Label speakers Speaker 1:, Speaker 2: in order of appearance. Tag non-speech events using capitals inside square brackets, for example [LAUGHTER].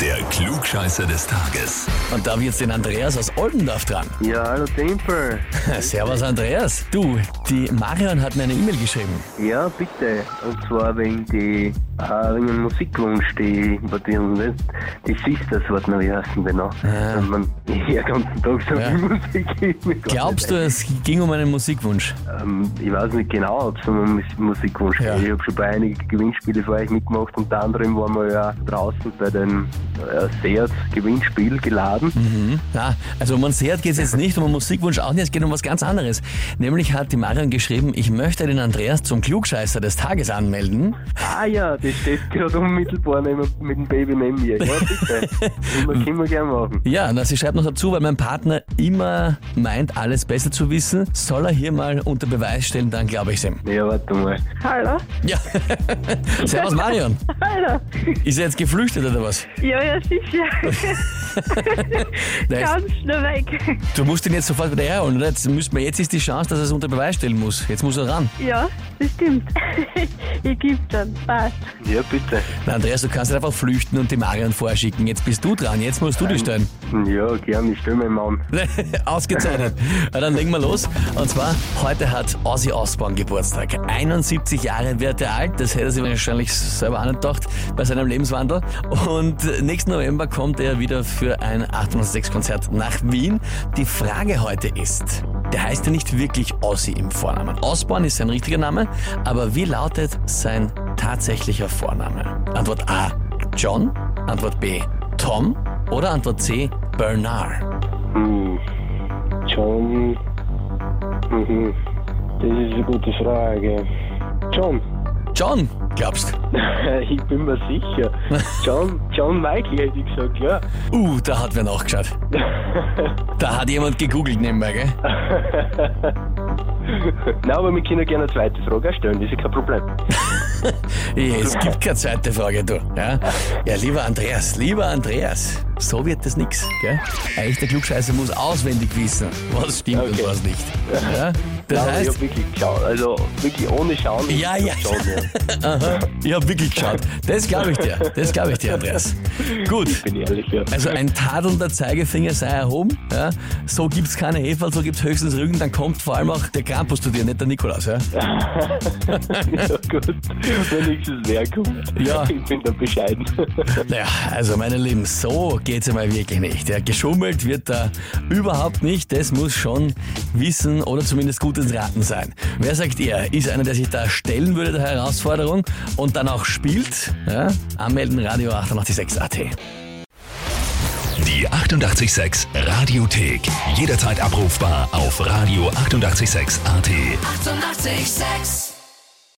Speaker 1: Der Klugscheißer des Tages.
Speaker 2: Und da habe ich jetzt den Andreas aus Oldendorf dran.
Speaker 3: Ja, hallo Tempel.
Speaker 2: Servus Andreas. Du, die Marion hat mir eine E-Mail geschrieben.
Speaker 3: Ja, bitte. Und zwar wegen die äh, wegen dem Musikwunsch, die was wir uns jetzt, die Sisters wollten wir, wie heißen die noch? Wenn man [LAUGHS] ja ganzen Tag so
Speaker 2: Ja.
Speaker 3: viel Musik [LAUGHS] ist. mir gar
Speaker 2: Glaubst du,
Speaker 3: nicht
Speaker 2: es ging um einen Musikwunsch?
Speaker 3: ein. Ähm, ich weiß nicht genau, ob es um einen Mus- Musikwunsch geht.
Speaker 2: Ja.
Speaker 3: Ich habe schon bei einigen Gewinnspielen vorher mitgemacht. Unter anderem waren wir ja draußen bei dem äh, Seat Gewinnspiel geladen.
Speaker 2: Na, also um einen Seat geht es jetzt nicht, um einen Musikwunsch auch nicht, es geht um was ganz anderes. Nämlich hat die Marion geschrieben, ich möchte den Andreas zum Klugscheißer des Tages anmelden.
Speaker 3: Ah ja, das steht gerade unmittelbar neben, mit dem Baby neben mir. Ja,
Speaker 2: [LAUGHS]
Speaker 3: bitte. das können wir gerne machen.
Speaker 2: Ja, na, sie schreibt noch dazu, weil mein Partner immer meint, alles besser zu wissen. Soll er hier mal unter Beweis stellen, dann glaube ich ihm.
Speaker 3: Ja, warte mal.
Speaker 4: Hallo?
Speaker 2: Ja. [LAUGHS] Servus Marion.
Speaker 4: Hallo?
Speaker 2: Ist er jetzt geflüchtet oder was?
Speaker 4: Ja, ja, sicher.
Speaker 2: Na, ist-
Speaker 4: Ganz schnell weg.
Speaker 2: Du musst ihn jetzt sofort wieder herholen, oder? Jetzt, müssen wir, jetzt ist die Chance, dass er es unter Beweis stellen muss. Jetzt muss er ran.
Speaker 4: Ja, das stimmt. [LAUGHS] Ich geb dann. Passt.
Speaker 3: Ja, bitte.
Speaker 2: Na, Andreas, du kannst nicht einfach flüchten und die Marion vorschicken. Jetzt bist du dran, jetzt musst du die stellen.
Speaker 3: Ja, gerne, ich stelle meinen Mann.
Speaker 2: [LAUGHS] Ausgezeichnet. Na, dann legen wir los. Und zwar, heute hat Ozzy Osbourne Geburtstag. 71 Jahre wird er alt. Das hätte er sich wahrscheinlich selber auch nicht gedacht bei seinem Lebenswandel. Und nächsten November kommt er wieder für ein 806-Konzert nach Wien. Die Frage heute ist, der heißt ja nicht wirklich Ozzy im Vornamen. Osborne ist sein richtiger Name, aber wie lautet sein tatsächlicher Vorname? Antwort A, John. Antwort B, Tom. Oder Antwort C, Bernard.
Speaker 3: Hm. John. Mhm. Das ist eine gute Frage. John. [LAUGHS]
Speaker 2: John, glaubst
Speaker 3: ich bin mir sicher.
Speaker 2: [LAUGHS]
Speaker 3: John, John Michael hätte ich gesagt, ja.
Speaker 2: Uh, da hat wer nachgeschaut. Da hat jemand gegoogelt nebenbei, gell?
Speaker 3: Nein, aber wir können gerne eine zweite Frage stellen, das ist kein Problem.
Speaker 2: Ja, Es gibt keine zweite Frage, du. Ja? ja, lieber Andreas, lieber Andreas, so wird das nix, gell? Eigentlich der Klugscheißer muss auswendig wissen, was stimmt und
Speaker 3: Okay.
Speaker 2: was nicht. Ja? Das
Speaker 3: Nein, ich
Speaker 2: heißt,
Speaker 3: habe wirklich geschaut, also wirklich ohne Schauen.
Speaker 2: Ja, ja.
Speaker 3: Schauen, ja.
Speaker 2: aha, ich habe wirklich geschaut. Das glaube ich dir, das glaube ich dir, Andreas. Gut.
Speaker 3: Bin ich ehrlich,
Speaker 2: [LAUGHS]
Speaker 3: ja. [LAUGHS]
Speaker 2: Also ein tadelnder Zeigefinger sei erhoben. Ja? So gibt's keine Hefe, so gibt's höchstens Rügen, dann kommt vor allem auch der Krampus zu dir, nicht der Nikolaus. Ja?
Speaker 3: ja gut, wenigstens wer kommt.
Speaker 2: Ja.
Speaker 3: [LAUGHS] Ich bin da bescheiden.
Speaker 2: Naja, also meine Lieben, so geht's einmal wirklich nicht. Ja, geschummelt wird da überhaupt nicht. Das muss schon Wissen oder zumindest gutes Raten sein. Wer sagt ihr, ist einer, der sich da stellen würde der Herausforderung und dann auch spielt? Ja? Anmelden Radio 886 AT.
Speaker 1: Die 88,6 Radiothek. Jederzeit abrufbar auf radio886.at. 88,6.
Speaker 5: Eighty-eight, sex.